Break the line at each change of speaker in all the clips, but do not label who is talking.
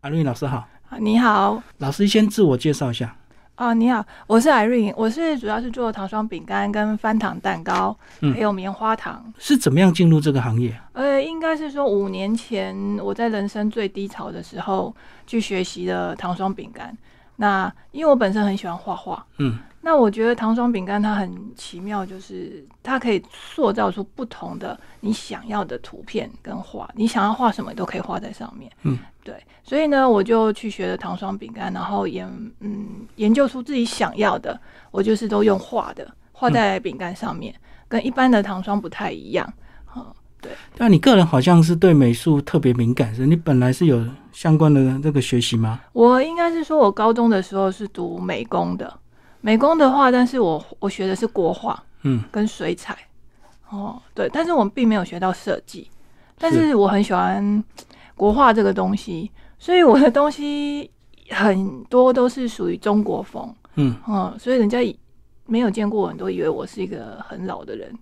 阿瑞老师好，
你好，
老师先自我介绍一下。
哦，你好，我是 Irene，我是主要是做糖霜饼干跟翻糖蛋糕，
嗯
还有棉花糖。
是怎么样进入这个行业？
呃，应该是说五年前我在人生最低潮的时候去学习的糖霜饼干。那因为我本身很喜欢画画，
嗯，
那我觉得糖霜饼干它很奇妙，就是它可以塑造出不同的你想要的图片跟画，你想要画什么都可以画在上面。
嗯，
对，所以呢，我就去学了糖霜饼干，然后研嗯研究出自己想要的，我就是都用画的，画在饼干上面，跟一般的糖霜不太一样。嗯，
那你个人好像是对美术特别敏感，是？你本来是有相关的这个学习吗？
我应该是说，我高中的时候是读美工的，美工的话，但是我我学的是国画
嗯，
跟水彩，哦，对，但是我并没有学到设计，但
是
是我很喜欢国画这个东西，所以我的东西很多都是属于中国风，
嗯，
哦，所以人家以没有见过我，很多以为我是一个很老的人，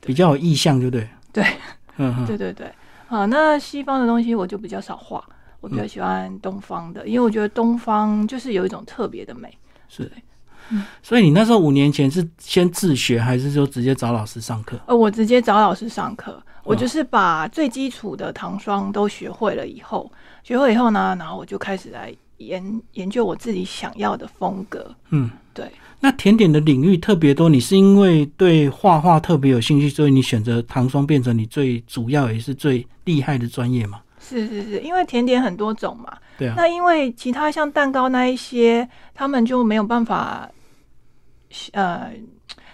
比较有意向，对不对？
对，
嗯嗯，
对对对，啊，那西方的东西我就比较少画，我
嗯
比较喜欢东方的，因为我觉得东方就是有一种特别的美。
是
嗯。
所以你那时候五年前是先自学，还是说直接找老师上课？
呃，我直接找老师上课，我
嗯
就是把最基础的糖霜都学会了以后，学会以后呢，然后我就开始来研研究我自己想要的风格。
嗯，
对，
那甜点的领域特别多，你是因为对画画特别有兴趣，所以你选择糖霜变成你最主要也是最厉害的专业嘛？
是是是，因为甜点很多种嘛，
对啊，
那因为其他像蛋糕那一些，他们就没有办法，呃，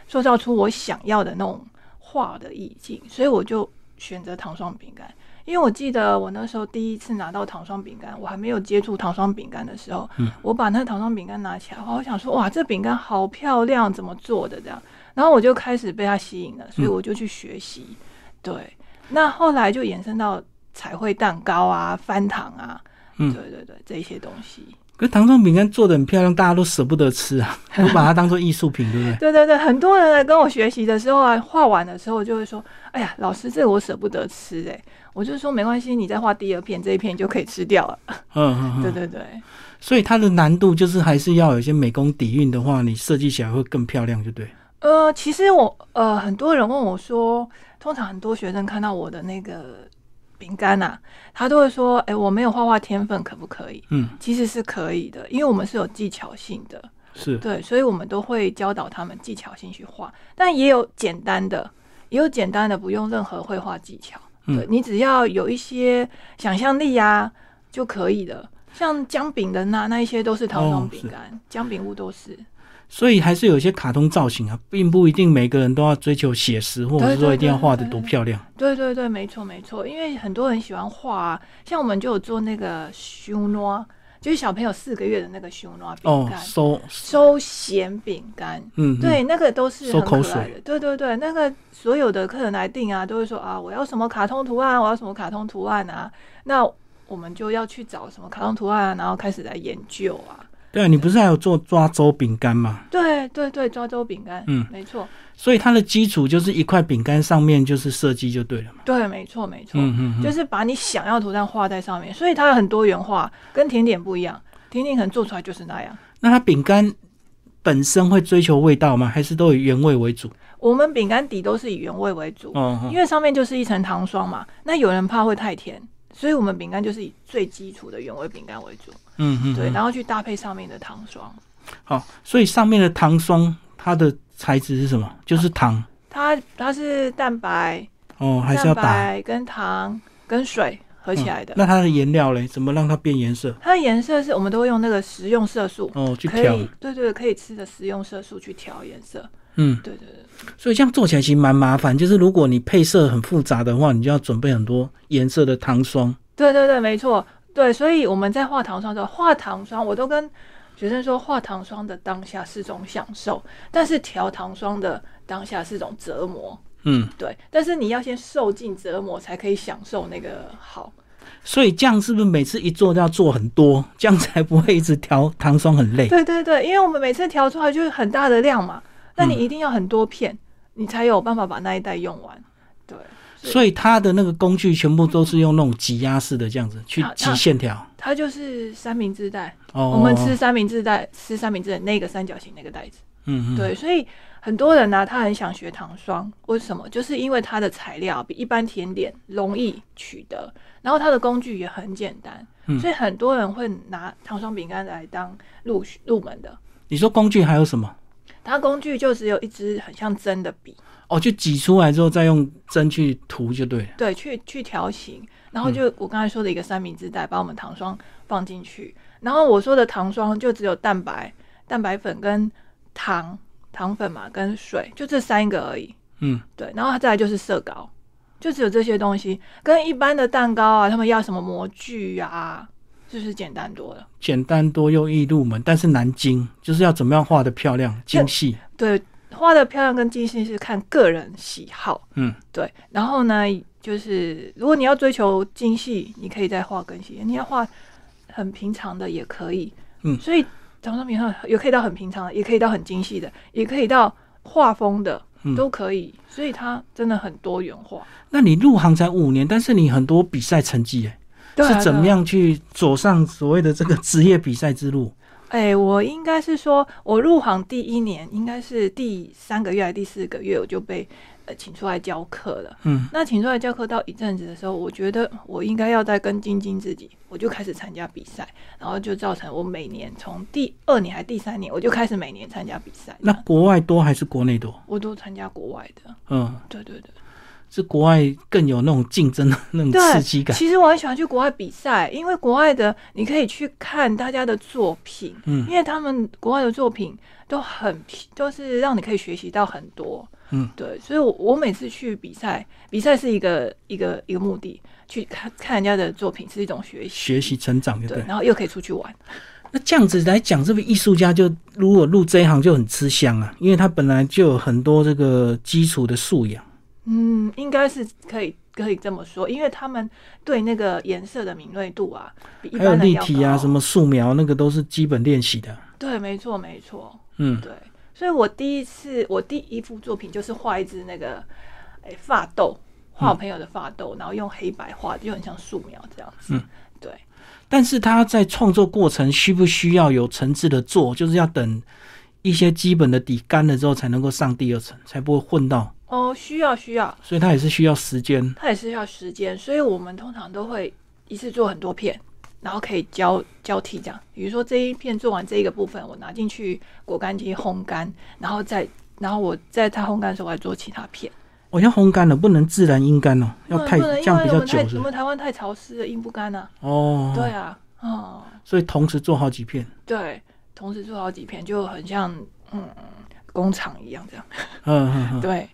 塑造出我想要的那种画的意境，所以我就选择糖霜饼干。因为我记得我那时候第一次拿到糖霜饼干，我还没有接触糖霜饼干的时候，
嗯
我把那糖霜饼干拿起来，哇我想说哇，这饼干好漂亮，怎么做的这样？然后我就开始被它吸引了，所以我就去学习。对，那后来就延伸到彩绘蛋糕啊、翻糖啊，
嗯
对对对，这一些东西，
可是糖霜饼干做的很漂亮，大家都舍不得吃 啊，都把它当做艺术品，对不对？
对对对，很多人来跟我学习的时候啊，画完的时候就会说：“哎呀，老师，这个我舍不得吃。”哎，我就说没关系，你再画第二片，这一片就可以吃掉了。
嗯嗯
对
嗯。
对对，
所以它的难度就是还是要有一些美工底蕴的话，你设计起来会更漂亮，就对。
呃，其实我呃，很多人问我说，通常很多学生看到我的那个饼干呐、啊，他都会说：“哎，我没有画画天分，可不可以
嗯，？”
其实是可以的，因为我们是有技巧性的。
是。
对，所以我们都会教导他们技巧性去画，但也有简单的，也有简单的不用任何绘画技巧，
嗯
对你只要有一些想象力呀、就可以的。像姜饼人呐、那一些都是糖
哦
霜饼
是
干、姜饼屋都是。
所以还是有一些卡通造型啊，并不一定每个人都要追求写实，或者是说一定要画的多漂亮。
对对对，没错没错，因为很多人喜欢画、啊，像我们就有做那个修诺，就是小朋友四个月的那个修诺饼
哦
干，，
收，
收咸饼干，
嗯，嗯，
对，那个都是
收
很
口
可爱
水
的。对对对，那个所有的客人来订啊，都会说啊，我要什么卡通图案，我要什么卡通图案啊。那我们就要去找什么卡通图案啊，然后开始来研究啊。
对啊，你不是还有做抓周饼干吗？
对对对，抓周饼干，
嗯
没错，
所以它的基础就是一块饼干上面就是设计就对了嘛。
对，没错没错，
嗯嗯
就
嗯，
是把你想要的图案画在上面，所以它很多元化，跟甜点不一样。甜点可能做出来就是那样。
那它饼干本身会追求味道吗？还是都以原味为主？
我们饼干底都是以原味为主，
哦，哦
因为上面就是一层糖霜嘛。那有人怕会太甜，所以我们饼干就是以最基础的原味饼干为主。
嗯嗯，
对，
嗯
然后去搭配上面的糖霜。
好，所以上面的糖霜它的材质是什么？就是糖
它它是蛋白、
哦，还是要打
蛋白跟糖跟水合起来的。
嗯那它的颜料嘞？怎么让它变颜色？
它的颜色是我们都会用那个食用色素，
哦，去
可
调。
以对对可以吃的食用色素去调颜色。
嗯，
对对对，
所以这样做起来其实蛮麻烦。就是如果你配色很复杂的话，你就要准备很多颜色的糖霜。
对对对，没错。对，所以我们在画糖霜的时候，画糖霜我都跟学生说，画糖霜的当下是种享受，但是调糖霜的当下是种折磨。
嗯，
对，但是你要先受尽折磨，才可以享受那个好。
所以这样是不是每次一做都要做很多，这样才不会一直调糖霜很累？
对对对，因为我们每次调出来就是很
嗯
大的量嘛，那你一定要很多片，你才有办法把那一袋用完。对，对
所以它的那个工具全部都是用那种挤压式的这样子去
它
挤
它
线条。
它就是三明治袋，
哦，
我们吃三明治袋，吃三明治的那个三角形那个袋子。
嗯，嗯，
对，所以很多人呢、他很想学糖霜，为什么？就是因为它的材料比一般甜点容易取得，然后它的工具也很简单，
嗯
所以很多人会拿糖霜饼干来当入学入门的。
你说工具还有什么？
它工具就只有一支很像针的笔，
哦，就挤出来之后再用针去涂就对了。
对，去去调形，然后就我刚才说的一个三明治袋，把我们糖霜放进去，然后我说的糖霜就只有蛋白、蛋白粉跟糖、糖粉嘛，跟水，就这三个而已。
嗯，
对，然后再来就是色膏，就只有这些东西，跟一般的蛋糕啊，他们要什么模具啊，就是简单多了。
简单多又易入门，但是难精，就是要怎么样画的漂亮精细。
对，画的漂亮跟精细是看个人喜好，
嗯，
对。然后呢，就是如果你要追求精细，你可以再画更细；你要画很平常的也可以，
嗯
所以掌上平常也可以到很平常的，也可以到很精细的，也可以到画风的
嗯。
都可以，所以它真的很多元化。
那你入行才五年，但是你很多比赛成绩、欸，
对啊
是怎么？样去走上所谓的这个职业比赛之路？
哎、我应该是说，我入行第一年，应该是第三个月还是第四个月，我就被呃请出来教课了。
嗯，
那请出来教课到一阵子的时候，我觉得我应该要再更精进自己，我就开始参加比赛，然后就造成我每年从第二年还第三年，我就开始每年参加比赛。
那国外多还是国内多？
我都参加国外的，
嗯，
对对对。
是国外更有那种竞争的那种
对
刺激感。
其实我很喜欢去国外比赛，因为国外的你可以去看大家的作品，
嗯
因为他们国外的作品都很平，都是让你可以学习到很多，
嗯，
对，所以我我每次去比赛，比赛是一个一个一个目的，去看看人家的作品是一种学习，
学习成长就对
对，
了。
然后又可以出去玩，
那这样子来讲，这个艺术家就如果入这一行就很吃香啊，因为他本来就有很多这个基础的素养。
嗯，应该是可以可以这么说，因为他们对那个颜色的敏锐度啊，比一
还有
般人
立
要
体啊，
高
什么素描，那个都是基本练习的。
对，没错，没错，
嗯，
对，所以我第一次，我第一幅作品就是画一只那个，哎、发豆，
嗯
画我朋友的发豆，然后用黑白画，就很像素描这样子。
嗯
对，
但是他在创作过程需不需要有层次的做，就是要等一些基本的底干了之后，才能够上第二层，才不会混到。
哦，需要需要，
所以他也是需要时间。
它也是要时间，所以我们通常都会一次做很多片，然后可以交交替这样。比如说这一片做完这一个部分，我拿进去果干机烘干，然后再然后我在它烘干的时候，我还做其他片。
我、哦要烘干了，不能自然阴干哦，要
不然
太
不能
这
因
样
为
比
我
较
们太
久是不是
我们台湾太潮湿了，阴不干啊。
哦，
对，啊，哦。
所以同时做好几片，
对，同时做好几片，就很像嗯工厂一样这样。
嗯嗯嗯，
对，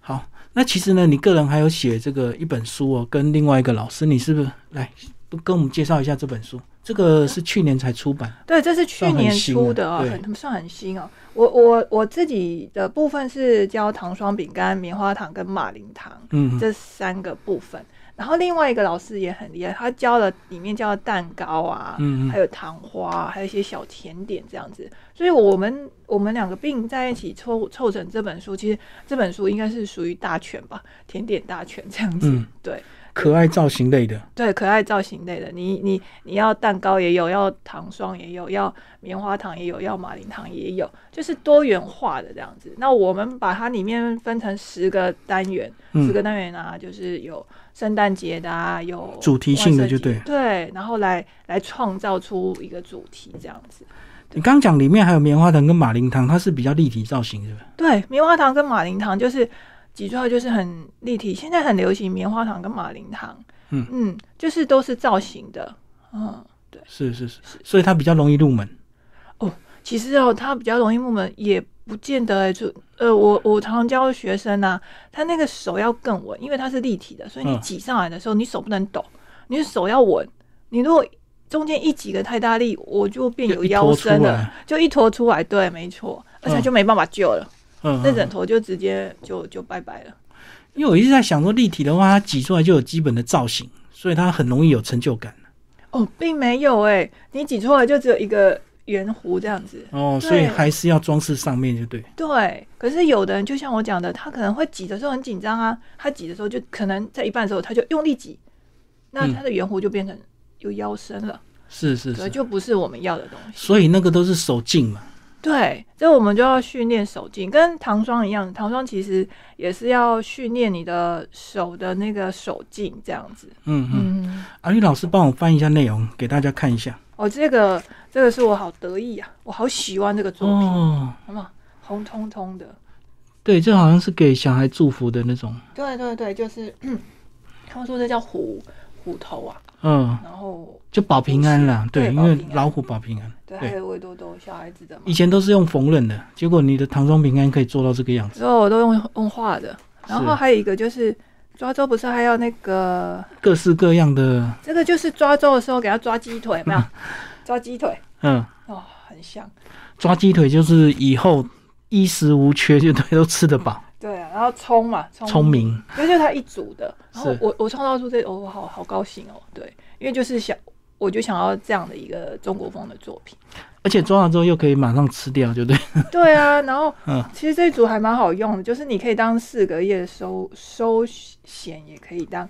好。那其实呢，你个人还有写这个一本书哦，跟另外一个老师，你是不是来跟我们介绍一下这本书？这个是去年才出版，
对，这是去
算很
年
新
出
了
的啊、
对
很算很新哦。我我我自己的部分是教糖霜饼干、棉花糖跟马铃糖
嗯，
这三个部分，然后另外一个老师也很厉害，他教了里面教了蛋糕啊，
嗯嗯
还有糖花啊，还有一些小甜点这样子。所以我们我们两个并在一起凑凑成这本书，其实这本书应该是属于大全吧，甜点大全这样子。
嗯
对。
可爱造型类的，
对，可爱造型类的，你你你要蛋糕也有，要糖霜也有，要棉花糖也有，要马铃糖也有，就是多元化的这样子。那我们把它里面分成十个单元，
嗯
十个单元啊，就是有圣诞节的啊，有
主题性的
万
就
圣
对
节对，然后来来创造出一个主题这样子。
你刚刚讲里面还有棉花糖跟马铃糖，它是比较立体造型，是吧？
对，棉花糖跟马铃糖就是挤出来就是很立体，现在很流行棉花糖跟马铃糖，
嗯
嗯，就是都是造型的，嗯。
是是是，所以它比较容易入门。
其实哦，它比较容易入门，也不见得哎，就呃，我我常常教学生啊，他那个手要更稳，因为它是立体的，所以你
嗯
挤上来的时候，你手不能抖，你的手要稳。你如果中间一挤个太大力，我就变有
就一
腰
坨
身啊
出
了
来，
就一坨出来，对，没错，而且就没办法救了，
嗯，
那
嗯
枕头就直接就就拜拜了。
因为我一直在想说，立体的话，它挤出来就有基本的造型，所以它很容易有成就感。
欸哦，并没有哎、你挤出来就只有一个圆弧这样子。
哦，
对
所以还是要装饰上面就对。
对，可是有的人就像我讲的，他可能会挤的时候很紧张啊，他挤的时候就可能在一半的时候他就用力挤，那
嗯
他的圆弧就变成有腰身了，
是是
可
是，
就不是我们要的东西。
所以那个都是手劲嘛。
对，这我们就要训练手劲，跟糖霜一样，糖霜其实也是要训练你的手的那个手劲这样子。
嗯嗯，
嗯，
阿玉老师帮我翻译一下内容给大家看一下。
哦，这个这个是我好得意啊，我好喜欢这个作品，
哦，
好不好？红彤彤的，
对，这好像是给小孩祝福的那种。
对对对，就是，嗯，他们说这叫虎虎头啊，
嗯，
然后
就保平安啦。
对
对，因
保
为
平安
老虎保平安。
对，
对
还有维多多小孩子的嘛
以，前都是用缝纫的，结果你的唐装平安可以做到这个样子，
之后我都用用画的，然后还有一个就是抓周不是还要那个，
各式各样的。
这个就是抓周的时候给他抓鸡腿，有 没有？抓鸡腿
嗯，
哦，很像，
抓鸡腿就是以后衣食无缺，就对，都吃得饱，
对啊，然后葱嘛，葱
聪，明。
这就是他一组的，然后
是
我我创造出这，哦我好好高兴哦，对，因为就是想。我就想要这样的一个中国风的作品，
而且抓了之后又可以马上吃掉，就对。
对啊，然后
嗯
其实这组还蛮好用的，就是你可以当四隔夜的收收咸，也可以当，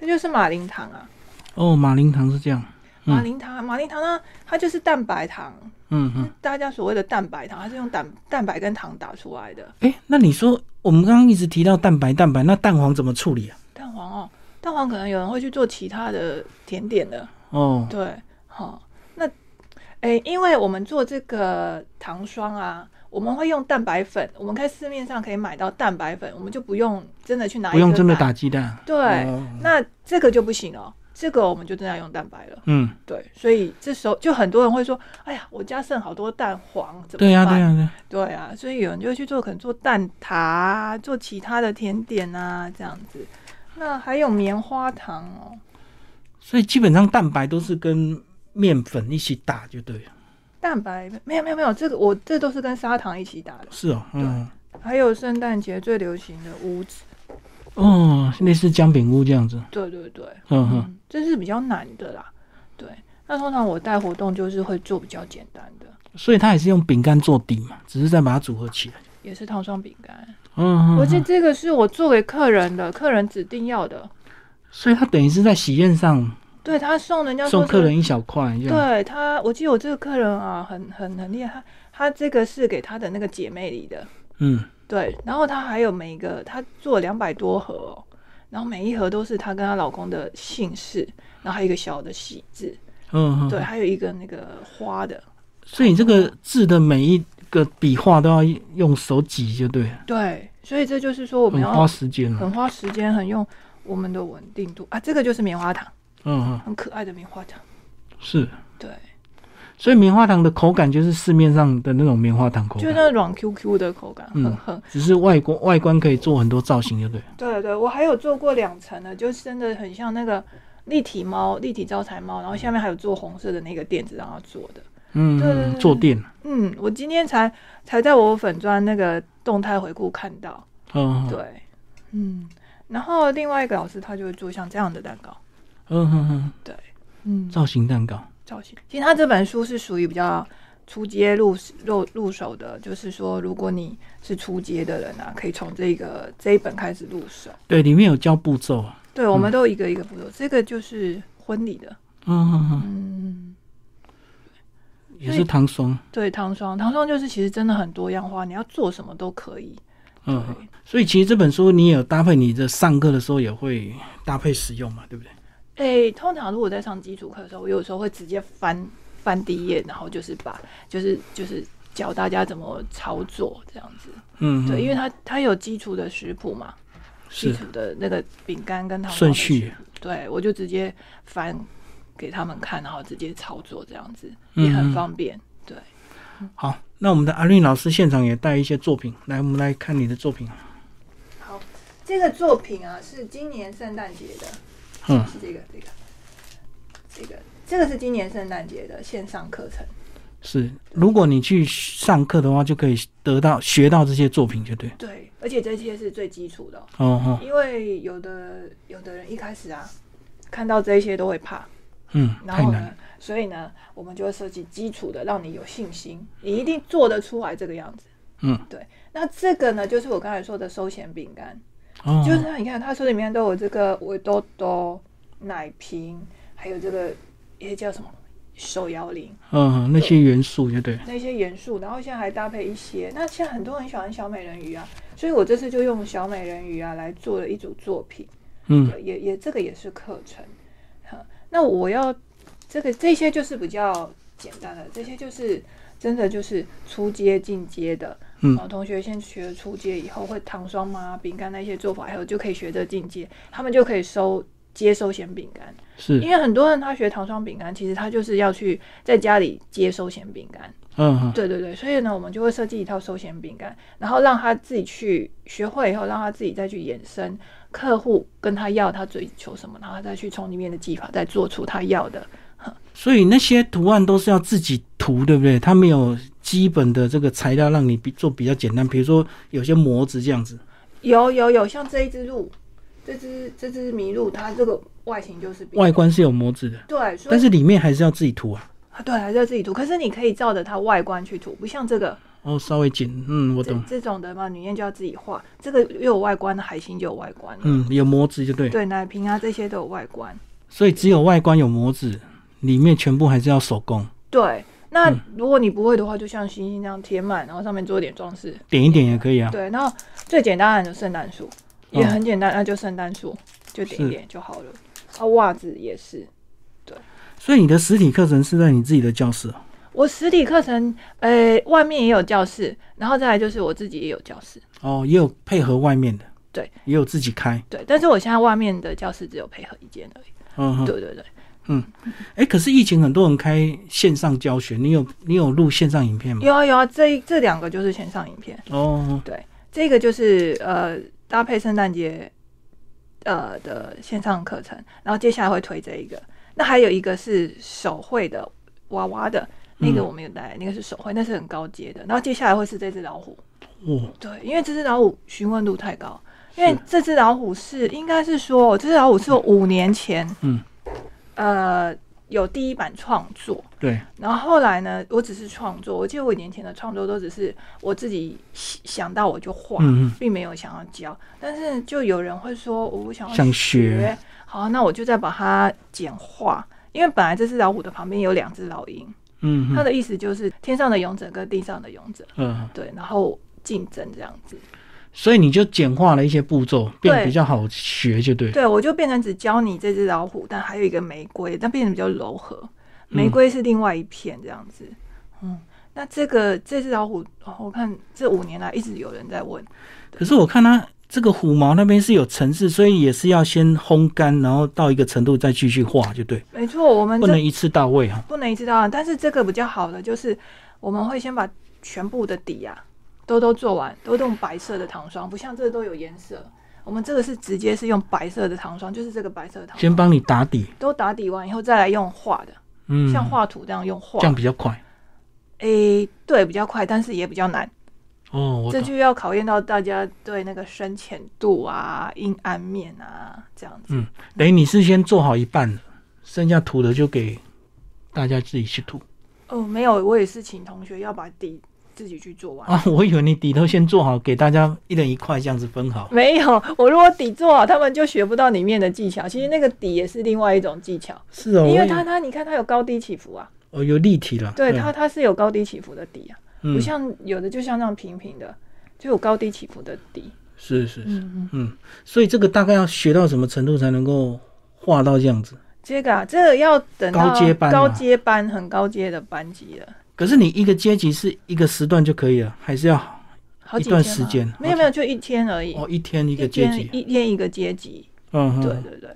它就是马铃糖啊，
哦，马铃糖是这样。嗯
马铃糖，马铃糖呢，它就是蛋白糖，
嗯嗯。
大家所谓的蛋白糖，它是用蛋蛋白跟糖打出来的。
哎，那你说我们刚刚一直提到蛋白，蛋白，那蛋黄怎么处理啊？
蛋黄哦，蛋黄可能有人会去做其他的甜点的，
哦，
对，好、那，诶，因为我们做这个糖霜啊，我们会用蛋白粉，我们在市面上可以买到蛋白粉，我们就不用真的去拿一
不用
颗
真的
蛋
打鸡蛋。
对，
哦
那这个就不行了，这个我们就真的要用蛋白了。
嗯，
对，所以这时候就很多人会说：“哎呀，我家剩好多蛋黄，怎么办？”
对呀、对呀、对、啊。
对啊，所以有人就去做，可能做蛋挞、啊，做其他的甜点啊，这样子。那还有棉花糖哦，
所以基本上蛋白都是跟面粉一起打，就对了。
蛋白没有没有没有，这个我这都是跟砂糖一起打的。
是哦，嗯，
还有圣诞节最流行的屋子，
哦，类似姜饼屋这样子。
对对对，
嗯哼，
嗯，这是比较难的啦。对，那通常我带活动就是会做比较简单的，
所以它也是用饼干做底嘛，只是再把它组合起来。
也是糖霜饼干。
嗯，
我
嗯
这
嗯
这个是我做给客人的，客人指定要的。
所以它等于是在喜宴上
对他送人家说
送
是
客人一小块这样。
对他，我记得我这个客人啊，很很很厉害，他他这个是给他的那个姐妹礼的，
嗯，
对，然后他还有每一个他做两百多盒哦，然后每一盒都是她跟她老公的姓氏，然后还有一个小的喜字，
嗯，嗯
对，。还有一个那个花的，
所以这个字的每一个笔画都要用手挤，就对了，
对，所以这就是说我们
很
要
花时间了。
很花时间，很用我们的稳定度啊，这个就是棉花糖，
嗯嗯，
很可爱的棉花糖，
是。
对，
所以棉花糖的口感就是市面上的那种棉花糖口
就是
感，
那种软 Q Q 的口感，很
嗯
很
只是外观外观可以做很多造型，就对了。
对对，我还有做过两层的，就是真的很像那个立体猫、立体招财猫，然后下面还有做红色的那个垫子让它做的。
嗯，
对对对
嗯坐垫。
嗯，我今天才才在我粉砖那个动态回顾看到。
嗯，嗯
对，嗯，然后另外一个老师他就会做像这样的蛋糕，
嗯嗯嗯，
嗯，
造型蛋糕。
造型。其实他这本书是属于比较初阶入入入手的，就是说如果你是初阶的人啊，可以从这个这一本开始入手。
对，里面有教步骤啊。
对，我们都一个一个步骤，这个就是婚礼的。
嗯嗯嗯，
嗯，
也是糖霜。
对，糖霜，糖霜就是其实真的很多样化，你要做什么都可以。
嗯，嗯所以其实这本书你也有搭配，你的上课的时候也会搭配使用嘛，对不对？
诶、哎通常如果在上基础课的时候，我有时候会直接翻翻第一页，然后就是把就是就是教大家怎么操作这样子。
嗯，
对，因
为
为它它有基础的食谱嘛，基
是
础的那个饼干跟糖霜
顺
的食
序
谱。。对，我就直接翻给他们看，然后直接操作这样子，
嗯
也很
嗯
方便。对，
好，那我们的阿韵老师现场也带一些作品来，我们来看你的作品啊。
好，这个作品啊是今年圣诞节的。
嗯，
是这个这个这个这个是今年圣诞节的线上课程。
是，如果你去上课的话，就可以得到学到这些作品，就对。
对，而且这些是最基础的哦、
哦哦，
因为有的有的人一开始啊看到这些都会怕，
嗯，
然
太
后
难
呢
了，，
所以呢，我们就会设计基础的，让你有信心，你一定做得出来这个样子。
嗯，
对。那这个呢，就是我刚才说的收钱饼干，
哦，
就是它，你看它这里面都有这个围兜兜、奶瓶，还有这个也叫什么手摇铃
嗯，那些元素就对了，
那些元素，然后现在还搭配一些。那现在很多人喜欢小美人鱼啊，所以我这次就用小美人鱼啊来做了一组作品。
嗯
对也也这个也是课程。哈，那我要这个这些就是比较简单的，这些就是真的就是初阶进阶的。
嗯
哦，同学先学初阶，以后会糖霜啊、饼干那些做法，还有就可以学这进阶，他们就可以收接收咸饼干。因
是，
为很多人他学糖霜饼干，其实他就是要去在家里接收咸饼干。
嗯
对对对，所以呢，我们就会设计一套收钱饼干，然后让他自己去学会以后，让他自己再去衍生客户跟他要他追求什么，然后他再去从里面的技法再做出他要的。
所以那些图案都是要自己涂，对不对？它没有基本的这个材料让你比做比较简单，比如说有些模子这样子，
有有有，像这一只鹿，这只这只麋鹿，它这个外形就是比
外观是有模子的，
对，所以
但是里面还是要自己涂啊。
啊对还是要自己涂，可是你可以照着它外观去涂，不像这个
哦，稍微简，嗯，我
这
懂，
这种的嘛，女燕就要自己画，这个又有外观的海星就有外观，
嗯，有模子就对，
对，奶瓶啊这些都有外观。
所以只有外观有模子，里面全部还是要手工，
对，那
嗯
如果你不会的话，就像星星这样贴满，然后上面做点装饰。
点一点也可以啊。
对，然后最简单的圣诞树也很简单，那就圣诞树就点
嗯是
一点就好了。啊，袜子也是。
所以你的实体课程是在你自己的教室哦，
我实体课程，呃，外面也有教室，然后再来就是我自己也有教室。
哦，也有配合外面的，
对，
也有自己开，
对，但是我现在外面的教室只有配合一间而已。
嗯哼。
对对对，
哎、可是疫情很多人开线上教学，你有你有录线上影片吗？
有啊有啊，这一这两个就是线上影片，
哦，
这个就是呃搭配圣诞节呃的线上课程，然后接下来会推这一个。那还有一个是手绘的娃娃的，那个
嗯
我没有带，那个是手绘，那是很高阶的。然后接下来会是这只老虎，
哦，
对，因为这只老虎询问度太高，因为
是
这只老虎是应该是说，这只老虎是我五年前，
嗯，
呃，有第一版创作，
对，
然后后来呢，我只是创作，我记得我以前的创作都只是我自己想想到我就画，
嗯
并没有想要教，但是就有人会说我想要
想
学
学，
好，那我就再把它简化，因为本来这只老虎的旁边有两只老鹰，
嗯
它
哼，
的意思就是天上的勇者跟地上的勇者，
嗯，
对，然后竞争这样子，
所以你就简化了一些步骤，变得
对
比较好学，就对。
对我就变成只教你这只老虎，但还有一个玫瑰，但变得比较柔和，玫
嗯
瑰是另外一片这样子，嗯。那这个这只老虎，哦我看这五年来一直有人在问，
可是我看它这个虎毛那边是有层次，所以也是要先烘干，然后到一个程度再继续画，就对，
没错，我们
不
这
能一次到位哈。
不能一次到晚，但是这个比较好的就是我们会先把全部的底啊都都做完，都用白色的糖霜，不像这个都有颜色。我们这个是直接是用白色的糖霜，就是这个白色的糖
先
霜
帮你打底，
都打底完以后再来用画的，
嗯，
像画图这样用画
这。样比较快。
诶、对，比较快，但是也比较难。
哦，我
这
懂。
就要考验到大家对那个深浅度啊、阴暗面啊这样子。
嗯等于你是先做好一半了，剩下涂的就给大家自己去涂
哦，没有，我也是请同学要把底自己去做完。哦
啊。我以为你底都先做好，给大家一人一块这样子分好。
没有，我如果底做好，他们就学不到里面的技巧。其实那个底也是另外一种技巧，
是哦，
因
我
为
以
它它你看它有高低起伏啊，
哦有立体了，
对它它是有高低起伏的底啊，
嗯
不像有的就像那样平平的，就有高低起伏的底。
是是是，
嗯嗯，
嗯，所以这个大概要学到什么程度才能够画到这样子？
这个啊，这个要等到
高阶班啊
高阶班很高阶的班级了，
可是你一个阶级是一个时段就可以了，还是要
好几
一段
天
时
吗
间
没有
好几
没有，就一天而已，
哦一天一
一
个阶
天
级？
一天一个阶级。
嗯哼，
对对对。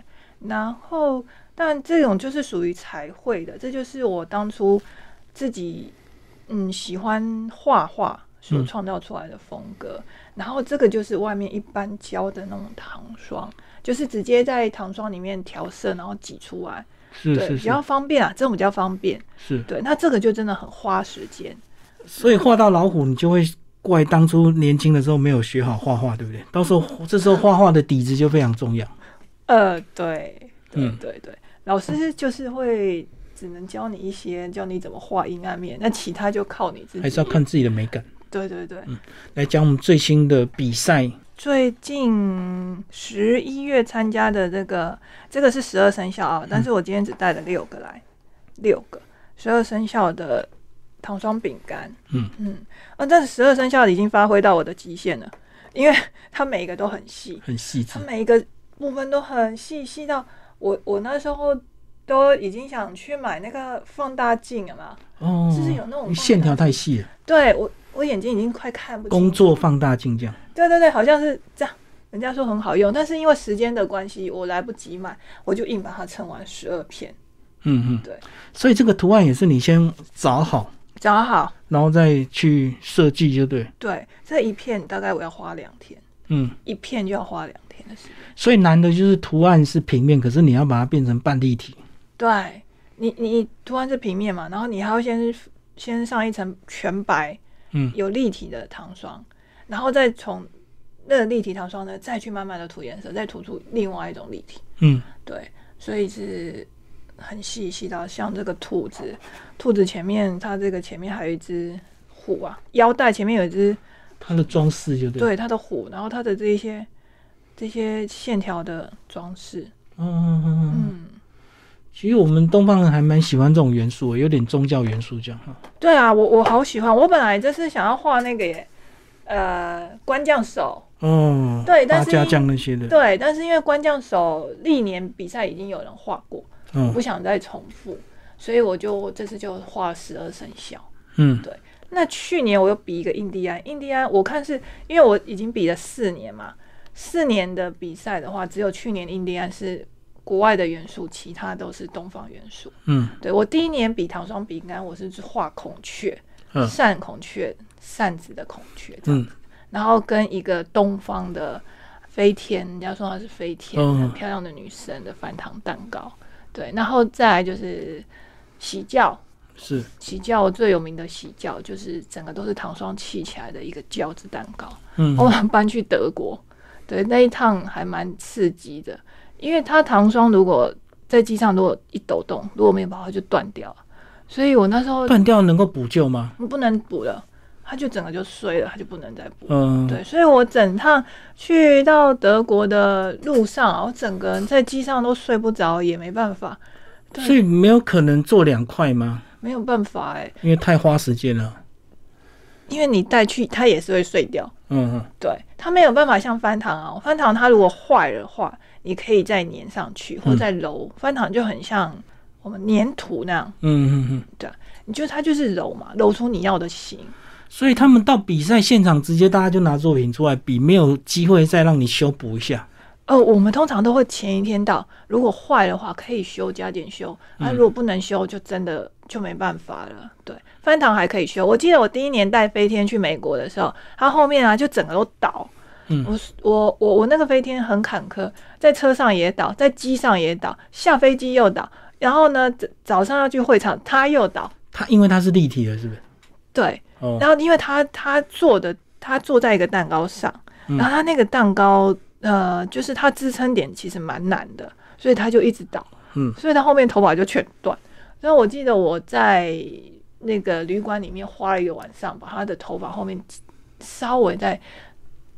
然后，但这种就是属于彩绘的，这就是我当初自己嗯喜欢画画所
嗯
创造出来的风格。然后这个就是外面一般教的那种糖霜，就是直接在糖霜里面调色，然后挤出来，
是
对，
是
比较
是
方便啊，这种比较方便。
是，
对，那这个就真的很花时间。
所以画到老虎，你就会怪当初年轻的时候没有学好画画，对不对？到时候这时候画画的底子就非常重要。
呃，对，对
嗯
对对。老师就是会只能教你一些，教你怎么画阴暗面，那其他就靠你自己。
还是要嗯看自己的美感。
对对对，
来讲我们最新的比赛，
最近十一月参加的这个，这个是十二生肖
嗯
啊，但是我今天只带了六个来，六个十二生肖的糖霜饼干。
嗯
嗯，啊，但是十二生肖已经发挥到我的极限了，因为它每一个都很细，
很细致
它，每一个部分都很细，细到我我那时候都已经想去买那个放大镜了嘛。
哦，
就是有那种
你线条太细了，
对我我眼睛已经快看不清
工作放大镜这样。
对对对，好像是这样。人家说很好用，但是因为时间的关系，我来不及买，我就硬把它称完十二片，
嗯嗯，
对。
所以这个图案也是你先找好，
找好。
然后再去设计，就对。
对，这一片大概我要花两天，
嗯，
一片就要花两天的时间。
所以难的就是图案是平面，可是你要把它变成半立体。
对你，你图案是平面嘛，然后你还要先先上一层全白
嗯
有立体的糖霜，然后再从那个立体糖霜呢，再去慢慢的涂颜色，再涂出另外一种立体。
嗯，
对，所以是很细细到像这个兔子，兔子前面它这个前面还有一只虎啊，腰带前面有一只，
它的装饰就对。，
对它的虎，然后它的这一些这些线条的装饰，
嗯嗯嗯嗯。
嗯，
其实我们东方人还蛮喜欢这种元素，有点宗教元素这样哈。
对啊，我我好喜欢，我本来这是想要画那个耶，呃，官将手。
哦，
对但
八
是
家将那些的，
对，但是因为官将手历年比赛已经有人画过，我
嗯
不想再重复，所以我就这次就画十二生肖。
嗯
那去年我又比一个印第安，印第安我看是因为我已经比了四年嘛，四年的比赛的话，只有去年印第安是国外的元素，其他都是东方元素。
嗯
对我第一年比糖霜饼干，我是画孔雀，
嗯
扇孔雀，扇子的孔雀这样，
嗯，
然后跟一个东方的飞天，人家说她是飞天，
嗯
很漂亮的女生的翻糖蛋糕。对，然后再来就是喜教，
是
喜教最有名的喜教，就是整个都是糖霜砌起来的一个饺子蛋糕。
嗯
我们搬去德国，对那一趟还蛮刺激的，因为它糖霜如果在机上如果一抖动，如果没有把它就断掉了，所以我那时候
断掉能够补救吗？
不能补了，它就整个就碎了，它就不能再补。
嗯，
对，所以我整趟去到德国的路上啊，我整个人在机上都睡不着，也没办法，对
所以没有可能做两块吗？
没有办法哎、
因为太花时间了。
因为你带去它也是会碎掉。
嗯嗯
对，它没有办法像翻糖啊，翻糖它如果坏了的话，你可以再粘上去或再揉，翻糖就很像我们粘土那样，
嗯嗯嗯，
你就它就是揉嘛，揉出你要的形。
所以他们到比赛现场直接大家就拿作品出来比，没有机会再让你修补一下。
呃，我们通常都会前一天到，如果坏的话可以修加点修，啊，如果不能修就真的就没办法了。对，翻糖还可以修。我记得我第一年带飞天去美国的时候，它后面啊就整个都倒。
嗯
我我我我那个飞天很坎坷，在车上也倒，在机上也倒，下飞机又倒，然后呢早早上要去会场，它又倒。
它因为它是立体的，是不是？
对，
哦，
然后因为他他做的他坐在一个蛋糕上，
嗯
然后他那个蛋糕呃，就是它支撑点其实蛮难的，所以他就一直倒，
嗯
所以他后面头发就全断。然后我记得我在那个旅馆里面花了一个晚上，把他的头发后面稍微再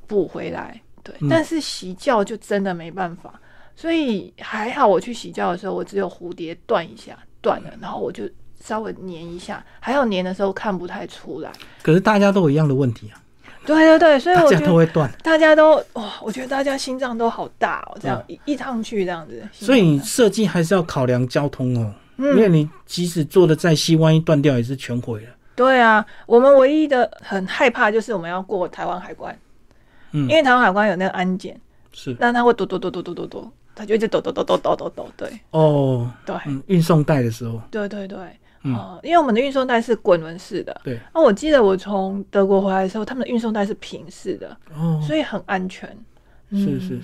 补回来，对，
嗯
但是洗觉就真的没办法。所以还好，我去洗觉的时候，我只有蝴蝶断一下，断
嗯
了，然后我就稍微粘一下，还有粘的时候看不太出来。
可是大家都有一样的问题啊，
对对对，所以
大
我觉
家都
得
会断。
大家都哇，我觉得大家心脏都好大哦，这样、
嗯
一一趟去这样子。
所以
心
你
脏
设计还是要考量交通哦，
嗯
因为你即使做的再细，万一断掉也是全毁了。
对啊，我们唯一的很害怕就是我们要过台湾海关，
嗯
因为台湾海关有那个安检，
是
那他会抖抖抖抖抖抖抖，他就一直抖抖抖抖抖抖抖，对
哦，
对。
嗯，运送带的时候，
对对对，
嗯
哦因为我们的运送带是滚轮式的，
对，
那、我记得我从德国回来的时候，他们的运送带是平式的，
哦，
所以很安全。
是
嗯
是是。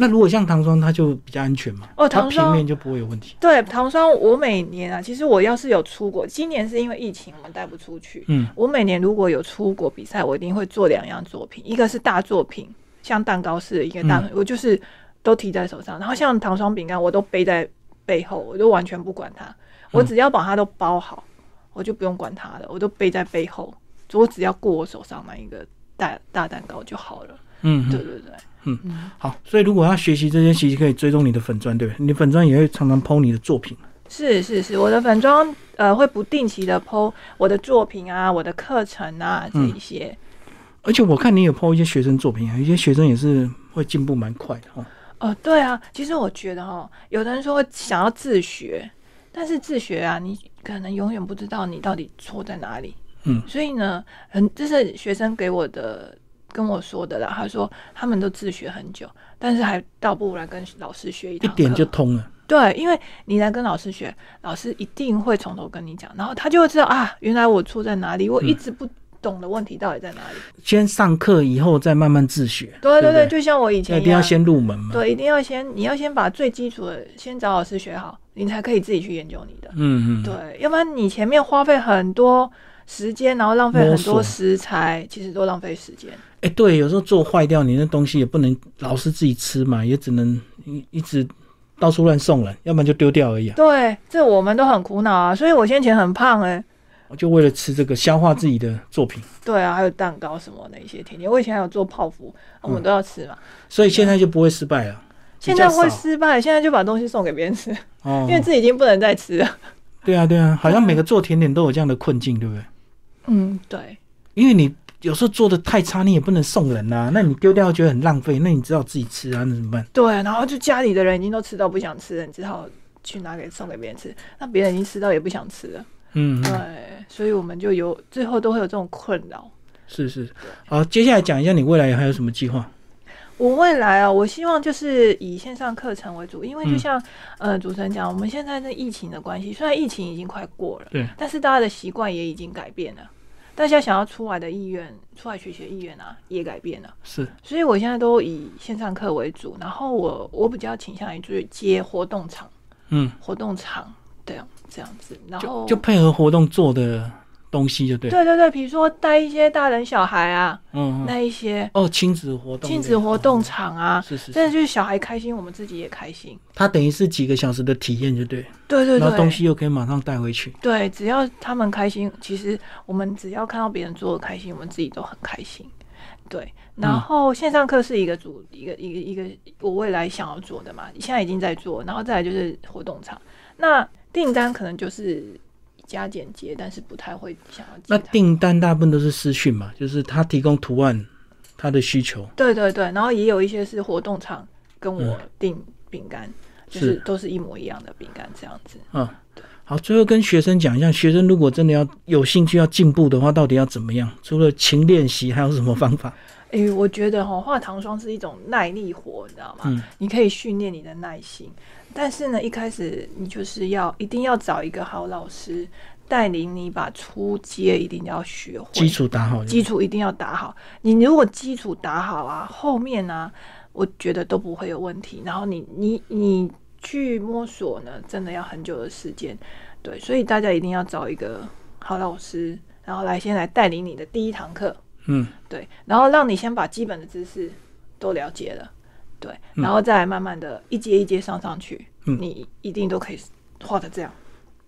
那如果像糖霜，它就比较安全嘛，
哦
它
糖霜
平面就不会有问题。
对，糖霜我每年啊，其实我要是有出国，今年是因为疫情我们带不出去。
嗯
我每年如果有出国比赛，我一定会做两样作品，一个是大作品，
嗯
像蛋糕式的一个大，我就是都提在手上，然后像糖霜饼干我都背在背后，我就完全不管它，
嗯
我只要把它都包好，我就不用管它了，我都背在背后，我只要过我手上那一个大大蛋糕就好了。
嗯，
对
嗯
对对，
嗯
嗯，
好。所以如果要学习这些，其实可以追踪你的粉砖，对不对？你的粉砖也会常常 PO 你的作品。
是是是，我的粉妆呃会不定期的剖我的作品啊，我的课程啊
嗯
这一些。
而且我看你有 PO 一些学生作品啊，有一些学生也是会进步蛮快的哦。
哦，对啊，其实我觉得哈，有的人说想要自学，但是自学啊，你可能永远不知道你到底错在哪里。
嗯
所以呢，很这是学生给我的跟我说的啦，他说他们都自学很久，但是还倒不如来跟老师学一
一
堂
点
课
就通了。
对，因为你来跟老师学，老师一定会从头跟你讲，然后他就会知道啊，原来我错在哪里，我一
嗯
直不懂的问题到底在哪里。
先上课以后再慢慢自学。
对
对
对
不
对，就像我以
那
前
一
一
定要
样，
先入门嘛。
对，一定要先，你要先把最基础的先找老师学好，你才可以自己去研究你的。
嗯嗯，
对，要不然你前面花费很多时间，然后浪费
摸
很
索
多食材，其实都浪费时间。
哎、对，有时候做坏掉，你那东西也不能老是自己吃嘛，也只能一一直到处乱送人，要不然就丢掉而已啊。
对，这我们都很苦恼啊，所以我先前很胖哎、
就为了吃这个，消化自己的作品，
对啊，还有蛋糕什么的一些甜点，我以前还有做泡芙，我
嗯
们都要吃嘛。
所以现在就不会失败了。
现在
比
会
较少
失败，现在就把东西送给别人吃， 因为
哦，
自己已经不能再吃了。
对啊，对啊，好像每个做甜点都有这样的困境，对不对？
嗯，对，
因为你有时候做的太差，你也不能送人呐、那你丢掉觉得很浪费，那你只好自己吃啊，那怎么办？
对，然后就家里的人已经都吃到不想吃了，你只好去拿给送给别人吃，那别人已经吃到也不想吃了。
嗯，
对，所以我们就有最后都会有这种困扰。
是是。好，接下来讲一下你未来还有什么计划？
我未来啊，我希望就是以线上课程为主，因为就
嗯
像、呃主持人讲，我们现在的疫情的关系，虽然疫情已经快过了，
对，
但是大家的习惯也已经改变了，大家想要出来的意愿、出来学习的意愿啊，也改变了。
是，
所以我现在都以线上课为主，然后我我比较倾向于就是接活动场，
嗯，
活动场这样这样子，然
就
后
就配合活动做的东西就对了。
对对对，比如说带一些大人小孩啊，
嗯，嗯
那一些
哦，亲子活动，
亲子活动场啊，
是是
真
是
的，就是小孩开心，我们自己也开心。
它等于是几个小时的体验，就对，
对对
然后
对，
东西又可以马上带回去。
对，只要他们开心，其实我们只要看到别人做的开心，我们自己都很开心。对，然后线上课是一个主一个一个一个我未来想要做的嘛，现在已经在做，然后再来就是活动场，那订单可能就是加简洁，但是不太会想要
那
订单。
订单大部分都是私讯嘛，就是他提供图案，他的需求。
对对对，然后也有一些是活动场跟我
嗯
订饼干，就是是都是一模一样的饼干这样子。
嗯，好，最后跟学生讲一下，学生如果真的要有兴趣要进步的话，到底要怎么样？除了勤练习，还有什么方法？
诶、我觉得哈，画糖霜是一种耐力活，你知道吗？
嗯
你可以训练你的耐心，但是呢，一开始你就是要一定要找一个好老师带领你把初阶一定要学会，
基础打好。
基础一定要打好。你如果基础打好啊，后面呢、我觉得都不会有问题。然后你你你去摸索呢，真的要很久的时间。对，所以大家一定要找一个好老师，然后来先来带领你的第一堂课。
嗯，
对，然后让你先把基本的知识都了解了，对，
嗯
然后再来慢慢的一阶一阶上上去，
嗯
你一定都可以画的这样。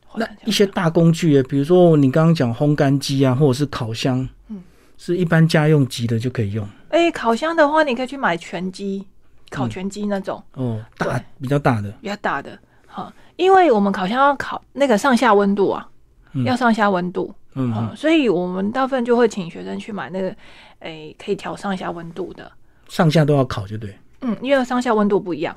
画
那
得这样
一些大工具，比如说你刚刚讲烘干机啊，或者是烤箱，
嗯，
是一般家用级的就可以用。
哎，烤箱的话，你可以去买全鸡，烤全鸡那种、
哦，大
对
比较大的，
比较大的，哈，因为我们烤箱要烤那个上下温度啊，
嗯
要上下温度，
嗯，
嗯，
嗯
所以我们大部分就会请学生去买那个，哎，可以调上下温度的，
上下都要烤就对。
嗯，因为上下温度不一样，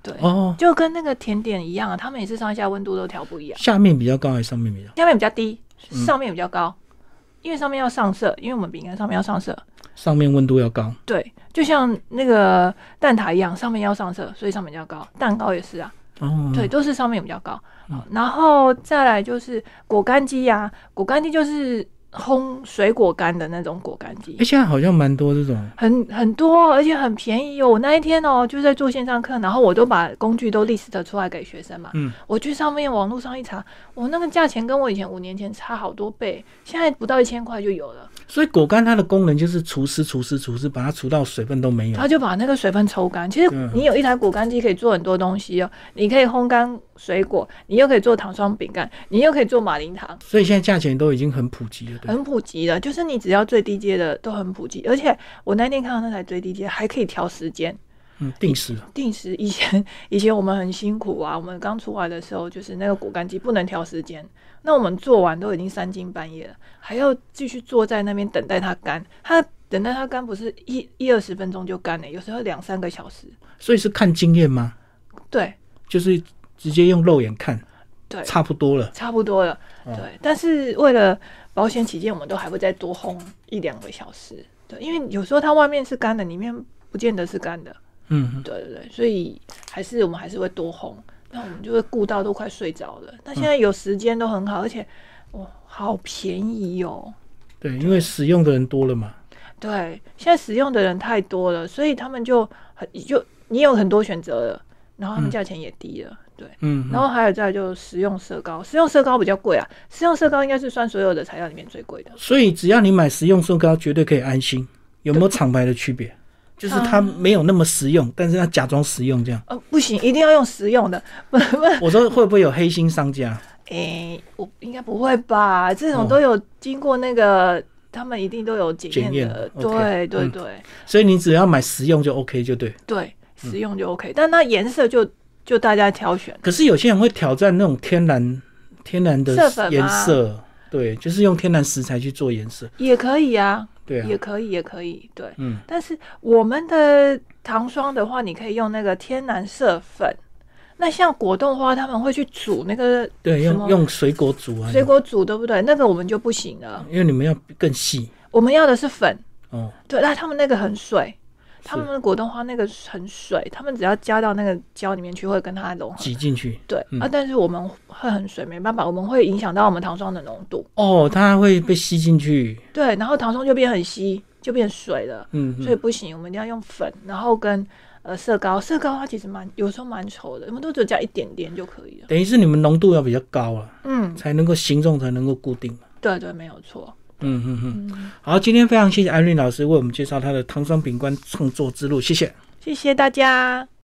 对，
哦，
就跟那个甜点一样啊，他们也是上下温度都调不一样。
下面比较高还是上面比较？
下面比较低，
嗯
上面比较高，因为上面要上色，因为我们饼干上面要上色，
上面温度要高。
对，就像那个蛋挞一样，上面要上色，所以上面比较高，蛋糕也是啊，
哦，
对，，都是
嗯
上面比较高。好然后再来就是果干机呀、果干机就是。烘水果干的那种果干机
哎，，现在好像蛮多这种，
很很多，而且很便宜哦。我那一天哦，就在做线上课，然后我都把工具都 list 出来给学生嘛。
嗯，
我去上面网络上一查，我那个价钱跟我以前五年前差好多倍，现在不到一千块就有了。
所以果干它的功能就是除湿、除湿、除湿，把它除到水分都没有
他。就把那个水分抽干。其实
嗯
你有一台果干机可以做很多东西哦，你可以烘干水果，你又可以做糖霜饼干，你又可以做马铃糖，
所以现在价钱都已经很普及了，对吧。
很普及的。就是你只要最低阶的都很普及，而且我那天看到那台最低阶还可以调时间。
嗯，定时了。
定时以前以前我们很辛苦啊，我们刚出来的时候就是那个果干机不能调时间，那我们做完都已经三更半夜了，还要继续坐在那边等待它干。它等待它干不是一一二十分钟就干了、有时候两三个小时。
所以是看经验吗？
对
就是直接用肉眼看，
对，
差不多了。
差不多了。对，但是为了保险起见，我们都还会再多烘一两个小时。对，因为有时候它外面是干的，里面不见得是干的。
嗯，
对对对，所以还是我们还是会多烘，那我们就会顾到都快睡着了。那现在有时间都很好，而且哇，好便宜哦。
对，因为使用的人多了嘛。
对，现在使用的人太多了，所以他们就很就你有很多选择了，然后他们
嗯
价钱也低了。对，
嗯，
然后还有再来就是食用色膏，食用色膏比较贵啊，食用色膏应该是算所有的材料里面最贵的。
所以只要你买食用瘦膏，绝对可以安心。有没有厂牌的区别？就是它没有那么实用，但是它假装实用这样。
呃，不行，一定要用食用的， 不不，
我说会不会有黑心商家？
诶、我应该不会吧？这
哦
种都有经过那个，他们一定都有检
检验
验的，
，OK，
对对
嗯
对、
所以你只要买实用就 OK 就对。
对，
嗯
食用就 OK，、但那颜色就就大家挑选。
可是有些人会挑战那种天然天然的
色粉吗
颜色，对，就是用天然食材去做颜色，
也可以啊，
对啊
也，可以，也可以，对。
嗯，
但是我们的糖霜的话，你可以用那个天然色粉。那像果冻花，他们会去煮那个
对，
什
用
么
用水果煮啊，
水果煮，对不对？那个我们就不行了，
因为你们要更细
我们要的是粉。
哦，
对，那他们那个很水，
是
他们的果冻花那个很水，他们只要加到那个胶里面去，会跟它融合。
挤进去。
对、
嗯
啊，但是我们会很水，没办法，我们会影响到我们糖霜的浓度。
哦，它会被吸进去，
对，然后糖霜就变很稀，就变水了，
嗯，嗯
所以不行，我们一定要用粉，然后跟呃色膏，色膏它其实蛮有时候蛮稠的，我们都只加一点点就可以了。
等于是你们浓度要比较高啊，
嗯，
才能够形状才能够固定。
对对，没有错。
嗯嗯嗯，
嗯，
好，今天非常谢谢艾瑞老师为我们介绍他的糖霜饼干创作之路，谢谢。
谢谢大家。